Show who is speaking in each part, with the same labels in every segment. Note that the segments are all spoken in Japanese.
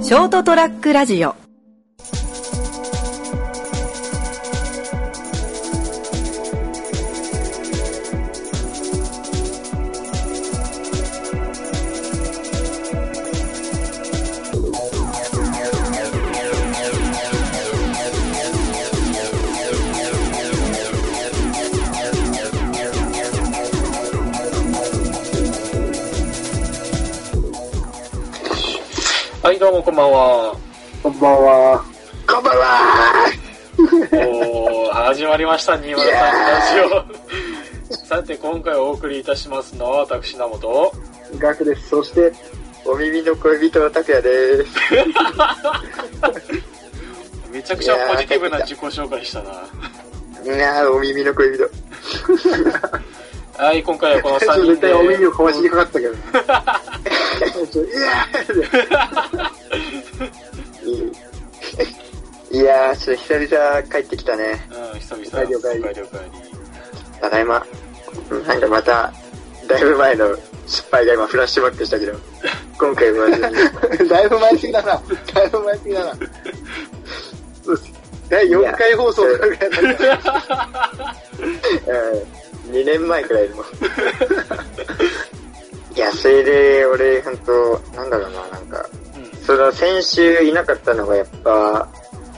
Speaker 1: ショートトラックラジオ
Speaker 2: はい、どうもこんばんは。
Speaker 3: こんばんは。こんばんは
Speaker 2: おー、始まりました、新村さんのラジオ。さて、今回お送りいたしますのは、私、名本。
Speaker 3: ガクです。そして、お耳の恋人の拓也です。
Speaker 2: めちゃくちゃポジティブな自己紹介したな。
Speaker 3: いやー、お耳の恋人。
Speaker 2: はい、今回はこの
Speaker 3: 最
Speaker 2: 3
Speaker 3: 初
Speaker 2: 人
Speaker 3: 絶
Speaker 2: で
Speaker 3: 対お、耳をかましにかかったけどね。いやーいやー、ちょっと久々帰ってきたね。
Speaker 2: うん、久々、
Speaker 3: おかえりおかえり
Speaker 2: りおかえ
Speaker 3: ただいま。うんなんかまた、だいぶ前の失敗が今フラッシュバックしたけど、今回はマジで だいぶ前すぎだな。だいぶ前すぎだな。第4回放送ぐらいだ2年前くら いも。いや、それで俺、ほんと、なんだろうな、なんか、
Speaker 2: り。うん
Speaker 3: その先週いなかったのがやっぱ、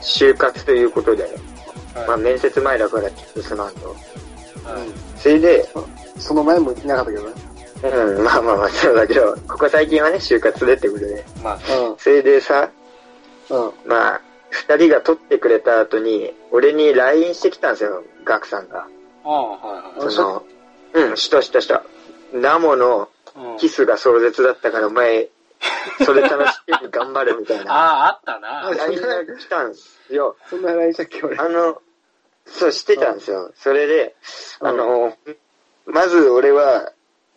Speaker 3: 就活ということで、まあ
Speaker 2: はい
Speaker 3: 面接前だからきっとすまんと。
Speaker 2: はい
Speaker 3: それで、
Speaker 4: その前もいなかったけどね。
Speaker 3: うん、まあまあまあ、そうだけど、ここ最近はね、就活でってことで。
Speaker 2: まあね、
Speaker 3: それでさ、
Speaker 4: うん。うん。
Speaker 3: まあ、二人が取ってくれた後に、俺に LINE してきたんですよ、ガクさんが。
Speaker 2: ああ、はいは
Speaker 3: その、うん、したしたした。ナモの
Speaker 2: い。うん
Speaker 3: キスが壮絶だったから、お 前、それ楽しみに頑張れみたいな。
Speaker 2: ああ、あったな。
Speaker 3: LINE が来たんですよ。
Speaker 4: そんな LINE したっけ、俺。
Speaker 3: あの、そう、してたんですよ。それで、
Speaker 4: うん
Speaker 3: あの、まず俺は、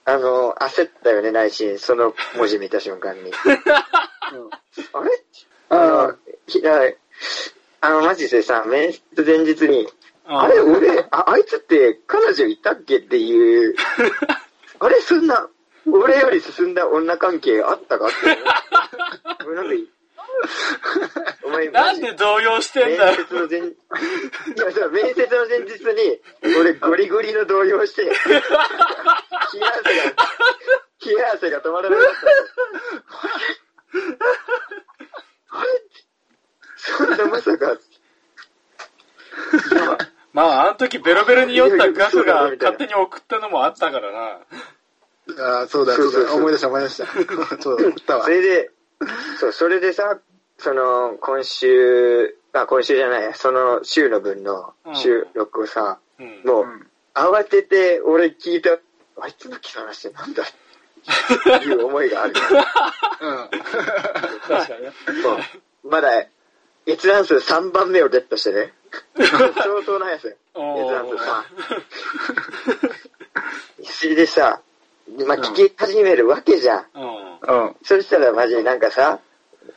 Speaker 3: あの、焦ったよね、内心。その文字見た瞬 間に。
Speaker 4: うん。
Speaker 3: あれあ
Speaker 4: あ
Speaker 3: の、ひはいあの、マジでさ、面接前日に、
Speaker 2: うん
Speaker 3: あれ、俺、ああいつって彼女いたっけって いう、あれ、そんな、俺より進んだ女関係あったかって。俺なんかいお前、
Speaker 2: なんで動揺してん
Speaker 3: 面
Speaker 2: だよ。
Speaker 3: 接の前、いや、そう面接の前日に、俺ゴリゴリの動揺して、冷や汗が、冷や汗が止まらなかった。あれあれそんなまさ か、
Speaker 2: まあ、あの時ベロベロに酔ったガスが勝手に送ったのもあったからな。
Speaker 4: あー、そうだ、
Speaker 3: そうそう
Speaker 4: そう
Speaker 3: そ
Speaker 4: だ。
Speaker 3: う
Speaker 4: 思い出した、思い出した。 そうだ、送ったわ
Speaker 3: そ。れで、そう、それでさ、その、今週、あ、今週じゃない、その週の分の収録をさ、
Speaker 2: うん。
Speaker 3: もう、
Speaker 4: うん
Speaker 3: 慌てて俺聞いた、あいつの木の話ってなんだっていう思いがある。
Speaker 4: うん。
Speaker 2: 確かにね。
Speaker 3: そうまだ閲覧数3番目をゲットしてね。相当なやつ。閲
Speaker 2: お
Speaker 3: 覧数
Speaker 2: ー
Speaker 3: 3。それでさ、まあ、聞き始めるわけじゃん。
Speaker 2: うん。
Speaker 4: うん。
Speaker 3: そしたらマジなんかさ、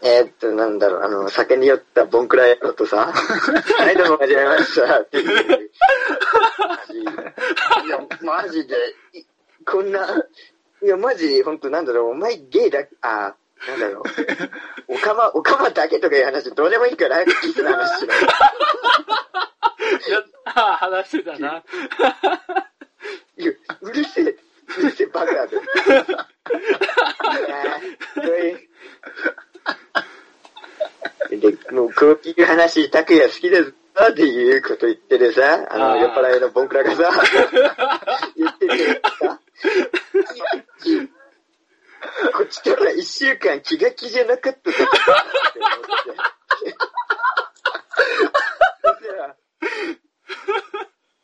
Speaker 3: えーっと、なんだろう、あの、酒に酔ったボンクラ野郎とさ、はい、どうも、はじめました、っていう。マジいや、マジで、いこんな、いや、マジ、ほんと、なんだろう、お前ゲイだ、あ、なんだろう、おかま、おかまだけとかいう話、どうでもいいから、早くキスの話しろ。
Speaker 2: やああ、話してたな。
Speaker 3: いや、うるせえ、うるせえ、バカだ。いやーそういうで、もう、こういう話、拓也好きですっていうこと言ってるさ、あの、
Speaker 2: あー
Speaker 3: 酔っ払いのボンクラがさ、言っててさ、こっちから一週間気が気じゃなかったとか って思って。そしたら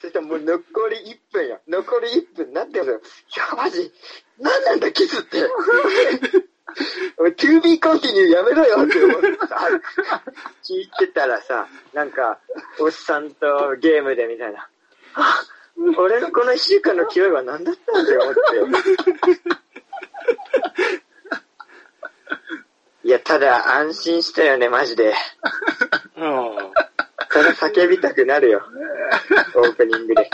Speaker 3: そしたらもう残り1分よ。残り1分なってますよ。いや、マジ、なんなんだ、キスって。俺、to be continue やめろよって思ってさ、聞いてたらさ、なんか、おっさんとゲームでみたいな。あ俺のこの1週間の勢いは何だったんだよって思って。いや、ただ安心したよね、マジで。
Speaker 2: うん。
Speaker 3: それ叫びたくなるよ。オープニングで。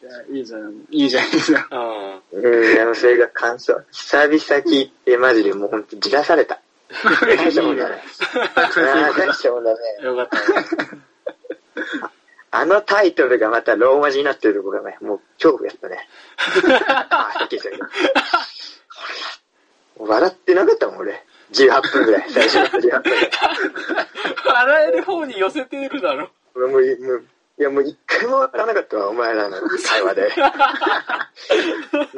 Speaker 4: いやいいいじゃん。いい じゃん、いいじゃん。
Speaker 2: うん。
Speaker 3: うん、あの、それが感想。久々聞いて、マジでもうほんと、じらされた。大したもんだね。あー大したもんだね。
Speaker 2: よかったね。
Speaker 3: あのタイトルがまたローマ字になってるところがね、もう恐怖やったね。あー、さっき言ったけど。俺笑ってなかったもん、俺。18分ぐらい。最初の18分ぐらい。
Speaker 2: 笑える方に寄せてるだろ。
Speaker 3: 俺もう、もういやもう一回も笑わなかったわ、お前 らの会話で。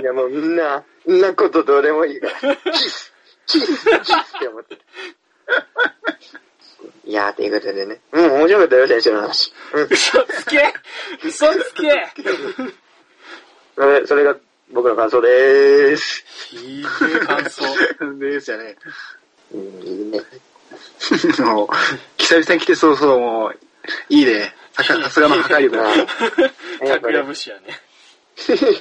Speaker 3: いやもうみんな、んなことどうでもいいから、キスキスキスって思ってた。いやー、ということでね。うん、面白かったよ、先生の話。うん。
Speaker 2: 嘘つけ嘘つけ
Speaker 3: それ、それが僕の感想でーす。
Speaker 2: いい感想。
Speaker 4: でじゃね。
Speaker 3: うん、いい ね。
Speaker 4: もう、久々に来てそうそう、もう、 いいね。さかさすがの破壊力だ。
Speaker 2: 桜節やね。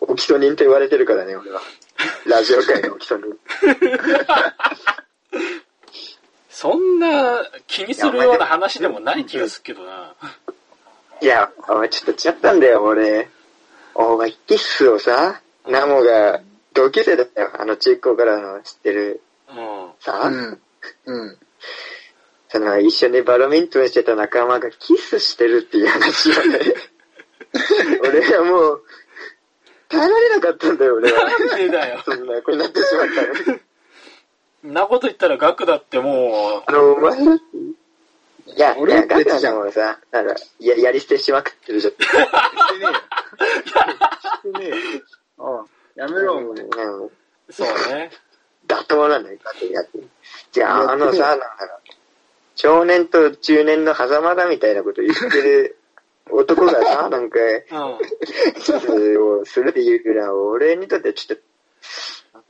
Speaker 3: オキソニンと言われてるからね、俺は。ラジオ界のオキソニン。
Speaker 2: そんな気にするような話でもない気がするけどな。
Speaker 3: いや、お前ちょっと違ったんだよ、俺。お前、キスをさ、ナモが同級生だったよ。あの中高からの知ってる
Speaker 2: うん。
Speaker 3: さ、
Speaker 4: うん。うん。
Speaker 3: その一緒にバドミントンしてた仲間がキスしてるっていう話 をね。俺はもう、耐えられなかったんだよ、俺は。
Speaker 2: なんでだよ。
Speaker 3: そんな子になってしまったの。
Speaker 2: んなこと言ったらガクだっても
Speaker 3: あの、お前ら、いや、
Speaker 4: 俺
Speaker 3: いやガ
Speaker 4: 別
Speaker 3: ク
Speaker 4: じゃ
Speaker 3: なんんもさ、なんか、や、やり捨てしまくってるじゃん。
Speaker 4: してねえよ。してね えよ。あやめろ、もうね。
Speaker 3: うん
Speaker 2: う、そうね。
Speaker 3: 妥当なんだよ、勝手にやって。じゃあ、あのさ、なんだろう、少年と中年の狭間だみたいなこと言ってる男が さ、なんか、
Speaker 2: うん。
Speaker 3: キスをするっていうぐらい、俺にとってはちょっ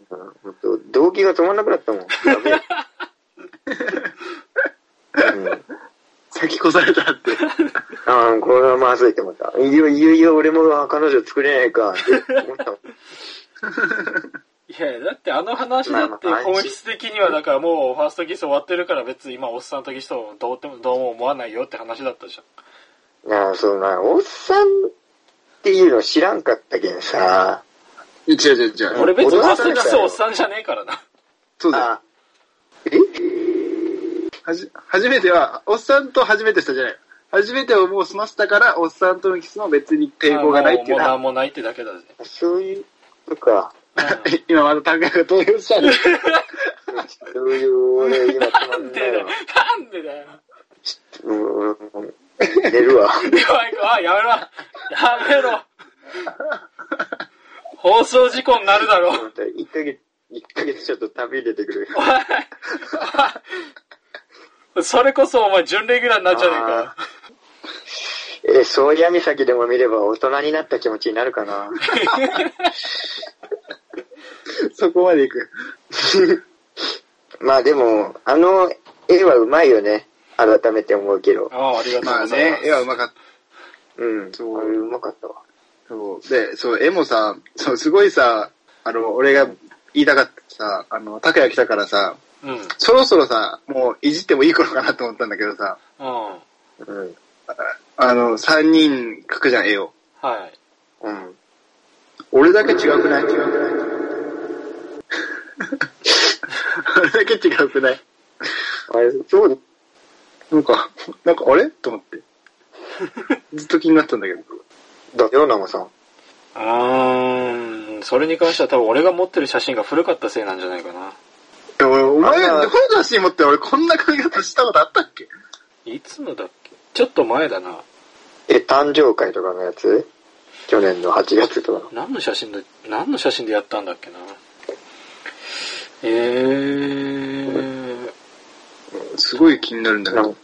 Speaker 3: と、なんかほんと、動機が止まんなくなったもん。やべえうん
Speaker 4: 先越された って。
Speaker 3: ああ、これはまずいと思った。いよいよいよ俺も彼女作れないかって思ったもん。
Speaker 2: いや、だってあの話だって本質的にはだからもうファーストキス終わってるから別に今おっさんとキスをどうでもどうも思わないよって話だったじ
Speaker 3: なあ、そうな、おっさんっていうの知らんかったけんさ。
Speaker 4: 違う違う違
Speaker 2: ゃ。。
Speaker 4: うん
Speaker 2: 俺別にファーストキス
Speaker 3: うん
Speaker 2: おっさんじゃねえからな。
Speaker 4: そうだよ。
Speaker 3: あえ
Speaker 4: はじ、初めては、おっさんと初めてしたじゃない。初めてをもう済ませたから、おっさんとのキスも別に抵抗がないってい
Speaker 2: もうもう
Speaker 4: うな。
Speaker 2: なんもないってだけだぜ。
Speaker 3: そういうことか。
Speaker 2: うん
Speaker 4: 今まだ単価が動揺した ね。
Speaker 3: そういう俺今止ま
Speaker 2: なん
Speaker 3: ん
Speaker 2: でだ
Speaker 3: ない
Speaker 2: よ
Speaker 3: わ。。
Speaker 2: なんでだよ。
Speaker 3: うんうん寝るわ。
Speaker 2: 弱い子、あ、やめろ。やめろ。放送事故になるだろ。
Speaker 3: また一ヶ月、一ヶ月ちょっと旅出てくる。
Speaker 2: おいそれこそお前、準レギュラーになっちゃねえか。
Speaker 3: え、そういう闇先でも見れば大人になった気持ちになるかな。
Speaker 4: そこまで行く。
Speaker 3: まあでも、あの絵はうまいよね。改めて思うけど。
Speaker 2: ああ、ありがとう
Speaker 4: まあ
Speaker 2: ござい
Speaker 4: ね
Speaker 2: ま、す。
Speaker 4: 絵はうまかった。
Speaker 3: うん。
Speaker 4: そう
Speaker 3: あれうまかったわ。
Speaker 4: そう。で、そう、絵もさ、そう、すごいさ、あの、俺が言いたかったさ、あの、拓也来たからさ、
Speaker 2: うん。うん。
Speaker 4: そろそろさ、もういじってもいい頃かなと思ったんだけどさ、
Speaker 3: うん。
Speaker 4: あの、三人描くじゃん、絵を。
Speaker 2: はい。
Speaker 3: うん。
Speaker 4: 俺だけ違 くない違くない俺だけ違くない
Speaker 3: あれ、そう、
Speaker 4: なんか、なんかあれと思 って。ずっと気になってたんだけど。
Speaker 3: だよ、ナモさん。
Speaker 2: うーん。それに関しては多分俺が持ってる写真が古かったせいなんじゃないかな。
Speaker 4: で俺、お前
Speaker 3: あん
Speaker 4: が
Speaker 3: な
Speaker 4: どこの写真持って俺こんな髪型したことあったっけ
Speaker 2: いつのだっけちょっと前だな。
Speaker 3: え、誕生会とかのやつ去年の8月とか
Speaker 2: 何の写真で、何の写真でやったんだっけな。えー。
Speaker 4: すごい気になるんだけ
Speaker 3: の。なん
Speaker 4: ど
Speaker 3: か。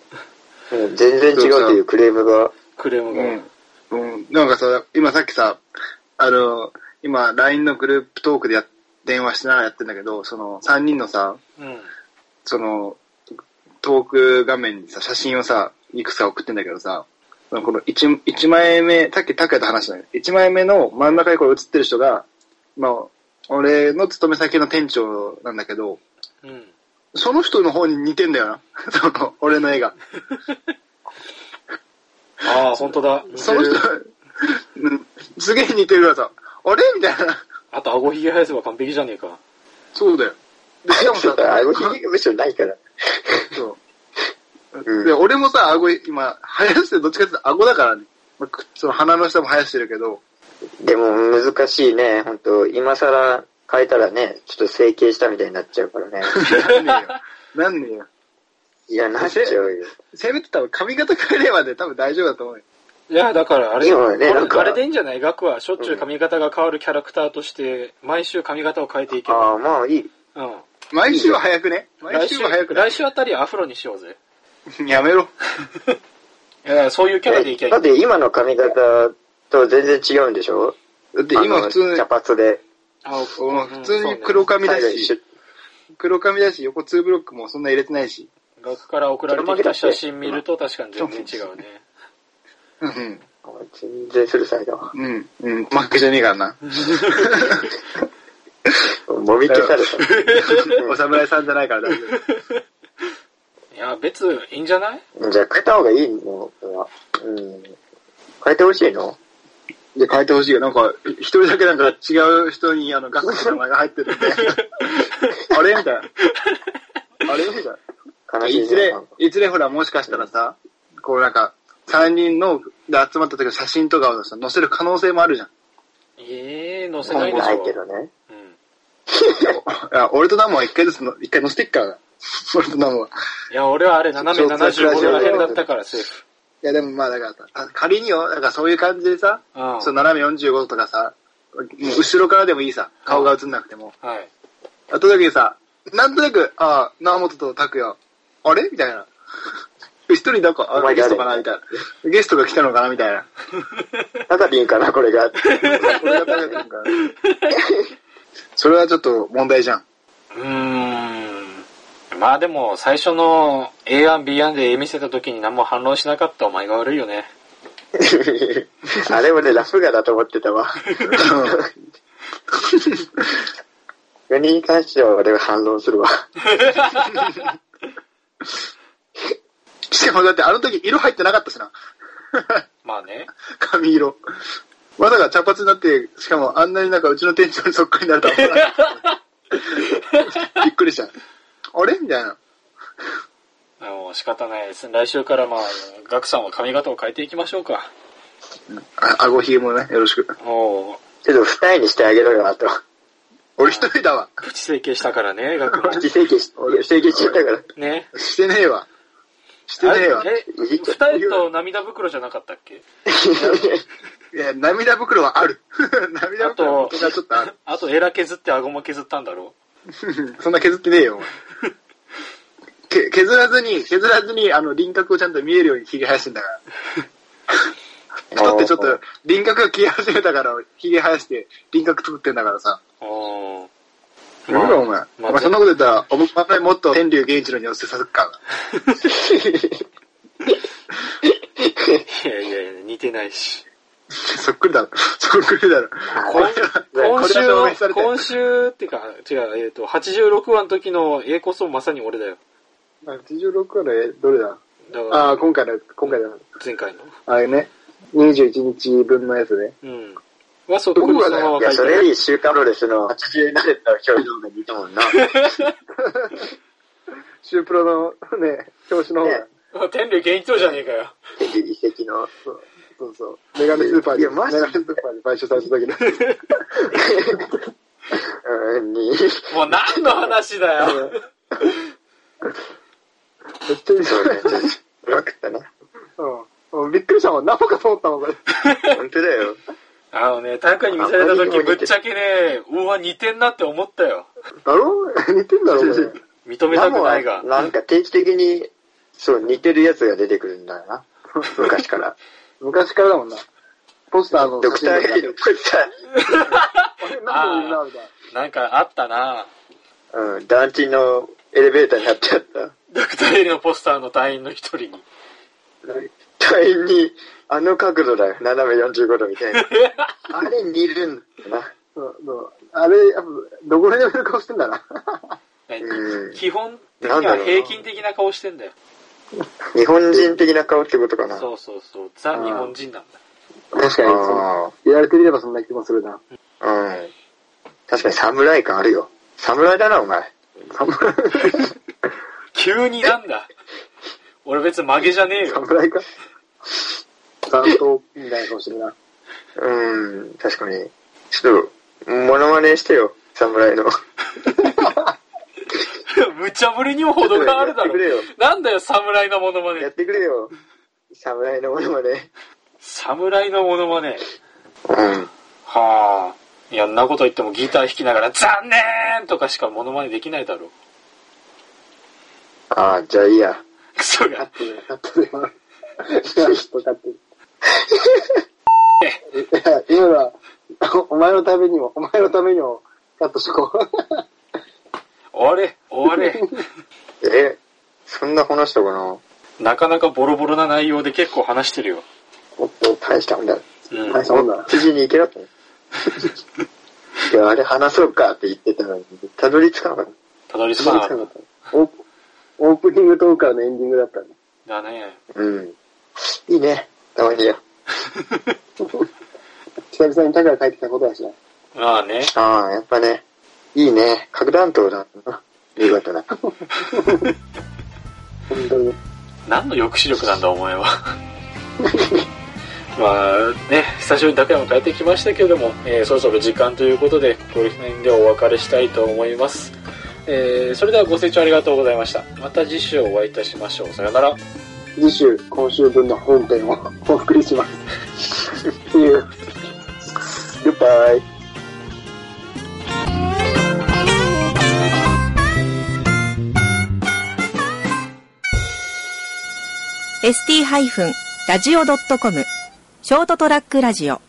Speaker 3: うん全然違うっていうクレームが。
Speaker 2: クレームが。
Speaker 4: うん。うん。なんかさ、今さっきさ、あの、今、LINE のグループトークでやっ電話しながらやってんだけど、その、3人のさ、
Speaker 2: うん。
Speaker 4: その、トーク画面にさ、写真をさ、いくつか送ってんだけどさ、そのこの 1, 一枚目、さっき拓也と話したんだけど、1枚目の真ん中にこれ写ってる人が、まあ、俺の勤め先の店長なんだけど、
Speaker 2: うん。
Speaker 4: その人の方に似てんだよな。 その、俺の絵が。
Speaker 2: ああ、本当だ。
Speaker 4: その人、うんすげえ似てるからさ、あれみたいな。
Speaker 2: あと、顎ひげ生やせば完璧じゃねえか。
Speaker 4: そうだよ。で、しかも
Speaker 3: ちょ
Speaker 4: さ
Speaker 3: っ、と、 あごひげがむしろないから。
Speaker 4: そう
Speaker 3: うん
Speaker 4: で、俺もさ、顎、今、生やしてどっちかっていうと顎だからね。まあくその鼻の下も生やしてるけど、
Speaker 3: でも難しいね、本当今更変えたらね、ちょっと整形したみたいになっちゃうからね。
Speaker 4: なんねえよ。なんねえよ。
Speaker 3: いや、なっちゃうよ。
Speaker 4: せめて多分髪型変えればね、多分大丈夫だと思うよ。
Speaker 2: いや、だからあれ、
Speaker 3: いいよね
Speaker 2: これ
Speaker 3: なんか
Speaker 2: あれでいいんじゃない額はしょっちゅう髪型が変わるキャラクターとして、毎週髪型を変えていけば。
Speaker 3: ああ、まあいい。
Speaker 2: うん。
Speaker 4: 毎週は早くね。毎
Speaker 2: 来
Speaker 4: 週
Speaker 2: 週
Speaker 4: は早くね。
Speaker 2: 来週あたりアフロにしようぜ。
Speaker 4: やめろ。
Speaker 2: いや、そういうキャラでいけ
Speaker 3: え
Speaker 2: ば
Speaker 3: だ
Speaker 2: い
Speaker 3: っ
Speaker 2: い。
Speaker 3: て今の髪型と全然違うんでしょ
Speaker 4: だって今
Speaker 3: あの
Speaker 4: 普通に
Speaker 3: 茶、髪で。
Speaker 2: あ
Speaker 4: うん普通に黒
Speaker 2: か
Speaker 4: 髪だ
Speaker 3: 海外一緒
Speaker 4: し、黒髪だし、横2ブロックもそんな入れてないし。
Speaker 2: 額から送られてきた写真見ると確かに全然違うね。
Speaker 4: うん。
Speaker 3: 全然するさいだわ。
Speaker 4: うん。うん。負けじゃねえからな。
Speaker 3: もみ消された。
Speaker 4: お侍さんじゃないから大丈夫。
Speaker 2: いや、別、いいんじゃない
Speaker 3: じゃあ変えた方がいいのかなうん。変えてほしいの
Speaker 4: で、変えてほしいよ。なんか、一人だけなんか違う人に、あの、ガクの名前が入ってる んで。あれみたいな。あれみたいな。
Speaker 3: 悲しい
Speaker 4: い
Speaker 3: ね
Speaker 4: ずれ
Speaker 3: なんか、
Speaker 4: いずれほら、もしかしたらさ、こうなんか、三人の、で集まった時の写真とかをさ、載せる可能性もあるじゃん。
Speaker 2: ええ載せ
Speaker 3: な
Speaker 2: なんい
Speaker 3: か
Speaker 2: でし
Speaker 3: ない
Speaker 2: ょ
Speaker 3: け。どね。
Speaker 2: うん。
Speaker 4: いや、俺とナモは一回ずつの、一回載せてっからな。俺とナモは。
Speaker 2: いや、俺はあれ、斜め75度ら辺だったからセーフ。
Speaker 4: いや、でもまあ、だからさ、あ仮によ、なんかそういう感じでさ、
Speaker 2: うん。
Speaker 4: その斜め45度とかさ、もう後ろからでもいいさ、顔が映んなくても。
Speaker 2: はい。
Speaker 4: あった時にさ、なんとなく、ああ、直本と拓也、あれみたいな。 一人なんか、
Speaker 3: お
Speaker 4: あ
Speaker 3: 前
Speaker 4: ゲスト
Speaker 3: 誰
Speaker 4: かなみたいな。ゲストが来たのかなみたいな。
Speaker 3: ただいいかな、こ れが。
Speaker 4: 俺が誰だったのかな それはちょっと問題じゃん。
Speaker 2: うーん。まあでも、最初の A 案、B 案で絵見せた時に何も反論しなかったお前が悪いよね。
Speaker 3: あれもね、ラフガだと思ってたわ。4人に関しては俺は反論するわ。
Speaker 4: しかもだってあの時色入ってなかったしな。
Speaker 2: まあね。
Speaker 4: 髪色。まさか茶髪になって、しかもあんなになんかうちの店長にそっくりになるとは思わなかった。び っくりした。あれみたいな。
Speaker 2: もう仕方ないです。来週からまあ、ガクさんは髪型を変えていきましょうか。
Speaker 4: あ、顎ひげもね、よろしく。
Speaker 2: も
Speaker 3: ちょっと二重にしてあげろよ、あと。
Speaker 4: 俺一人だわ。
Speaker 2: う、プチ整形したからね、ガ クも。
Speaker 3: 自整形し、整形しちゃったから。
Speaker 2: ね。
Speaker 4: してねえわ。して
Speaker 2: あ
Speaker 4: ね
Speaker 2: れ
Speaker 4: えわ。
Speaker 2: え、二重と涙袋じゃなかったっけ
Speaker 4: いや、涙袋はある。 涙袋は僕がちょっとある。
Speaker 2: あと、エラ削って顎も削ったんだろ
Speaker 4: そんな削ってねえよ、お前け削らずに、削らずに、あの、輪郭をちゃんと見えるように髭生やしてんだから。 太ってちょっと、輪郭が消え始めたから、髭生やして、輪郭作ってんだからさ。
Speaker 2: う。お
Speaker 4: やめろ、お前。お前、そんなこと言ったら、お前もっと天竜源一郎に寄せさせる から。
Speaker 2: いやいやいや、似てないし。
Speaker 4: そっくりだろ。そっくりだろ。これは
Speaker 2: 今
Speaker 4: これ
Speaker 2: 週
Speaker 4: は証
Speaker 2: の
Speaker 4: 明され、てる
Speaker 2: 今週ってか、違う、えっ、と、86話の時の A こそまさに俺だよ。
Speaker 4: 86話の絵、どれだ
Speaker 2: だから、
Speaker 4: ああ、今回の、今回の、
Speaker 2: 前回の。
Speaker 4: あれね、21日分のやつね。
Speaker 2: うん。は、そこにそのまま
Speaker 3: い
Speaker 2: 書
Speaker 3: や、
Speaker 2: いて
Speaker 3: そ
Speaker 2: あ
Speaker 3: れよ
Speaker 2: る。
Speaker 3: り週刊ローレスの87年の表情が似たもんな。
Speaker 4: シュープロのね、表紙の方が、
Speaker 3: ね
Speaker 2: 天竜現一郎じゃねえかよ。
Speaker 3: 天理遺跡の。
Speaker 4: そうそうそう、メガネスーパーに、
Speaker 3: いやマジ
Speaker 4: メガネスーパーに買収された時の、
Speaker 3: う ん、に、
Speaker 2: もう何の話だよ。
Speaker 4: めっちゃいいじゃ
Speaker 3: そ
Speaker 4: ん
Speaker 3: うね、ちょっと、よかったね。
Speaker 4: うん。びっくりしたもん、生かと思ったもん、これ。
Speaker 3: 本当だよ。
Speaker 2: あのね、短歌に見せられた時、ぶっちゃけね、うわ、似てんなって思ったよ。
Speaker 4: だろ似てんだろ、これ。
Speaker 2: 認め
Speaker 3: ナ
Speaker 2: た
Speaker 3: モ
Speaker 2: くな
Speaker 3: はい
Speaker 2: が。
Speaker 3: なんか定期的に、そう、似てるやつが出てくるんだよ な。昔から。
Speaker 4: 昔からだもんな。ポスターの
Speaker 3: ドクターヘリの
Speaker 4: で。
Speaker 3: ポスター
Speaker 4: あれ、なんでいるな、みたいな。
Speaker 2: なんかあったな
Speaker 3: うん、団地のエレベーターに貼ってあった。
Speaker 2: ドクターエリのポスターの隊員の一人に。
Speaker 3: 隊員に、あの角度だよ。斜め45度みた いな。あれ似るんだな。
Speaker 4: そうそうあれ、やっぱ、どこら辺でもいる顔してんだな。
Speaker 3: うん
Speaker 2: 基本的には平均的な顔してんだよ。
Speaker 3: 日本人的な顔ってことかな。
Speaker 2: そうそうそう。ザ・日本人なんだ。
Speaker 4: 確かにその、
Speaker 3: あ
Speaker 4: 言われてみればそんな気もするな。
Speaker 3: あ、うん。確かに侍感あるよ。侍だな、お前。侍、
Speaker 2: 急になんだ。 俺別に曲げじゃねえよ。
Speaker 4: 侍か残党みたいなかもし れんない。
Speaker 3: うん、確かに。ちょっと、モノマネしてよ、侍の。
Speaker 2: 無茶ぶりにも程があるだ
Speaker 3: やってくれよ
Speaker 2: ろ。なんだよ、侍のモノマ
Speaker 3: やっ
Speaker 2: ネ。
Speaker 3: てくれよ。侍のモノマネ。
Speaker 2: 侍のモノマネ。
Speaker 3: うん。
Speaker 2: はあ。いやんなこと言ってもギター弾きながら、残念とかしかモノマネできないだろう。
Speaker 3: ああ、じゃあいいや。
Speaker 2: クソ
Speaker 4: カッ
Speaker 2: が。
Speaker 4: トで、カットで。カットで。今のは、おお前のためにも、お前のためにも、カットしとこう。
Speaker 2: 終われ、終われ。
Speaker 3: え、そんな話したかな
Speaker 2: なかなかボロボロな内容で結構話してるよ。
Speaker 3: おっと、大したもんだ。
Speaker 2: うん。
Speaker 4: 大したもんだな。
Speaker 3: 記事に行けなかった。いや、あれ話そうかって言ってたのに、たどり着かなかった
Speaker 2: どり着
Speaker 4: 気づ
Speaker 2: かな
Speaker 4: か
Speaker 2: か
Speaker 4: な
Speaker 2: っ
Speaker 4: かったオープオープニングトークからのエンディングだったね。
Speaker 2: た。だね。
Speaker 3: た。うん。いいね。たまにや。
Speaker 4: 久々にタカが帰ってきたことだしな。
Speaker 2: まあね。
Speaker 3: ああ、やっぱね、いいね。核弾頭だな。よかったな。
Speaker 4: 本当に。
Speaker 2: 何の抑止力なんだ、お前は。まあね、久しぶりに高山帰ってきましたけれども、えーそろそろ時間ということで、ここら辺でお別れしたいと思います。えーそれではご清聴ありがとうございました。また次週お会いいたしましょう。さよなら。
Speaker 4: 次週、今週分の本編をお送りします。 っていう。グッバイ。
Speaker 5: ST-radio.com ショートトラックラジオ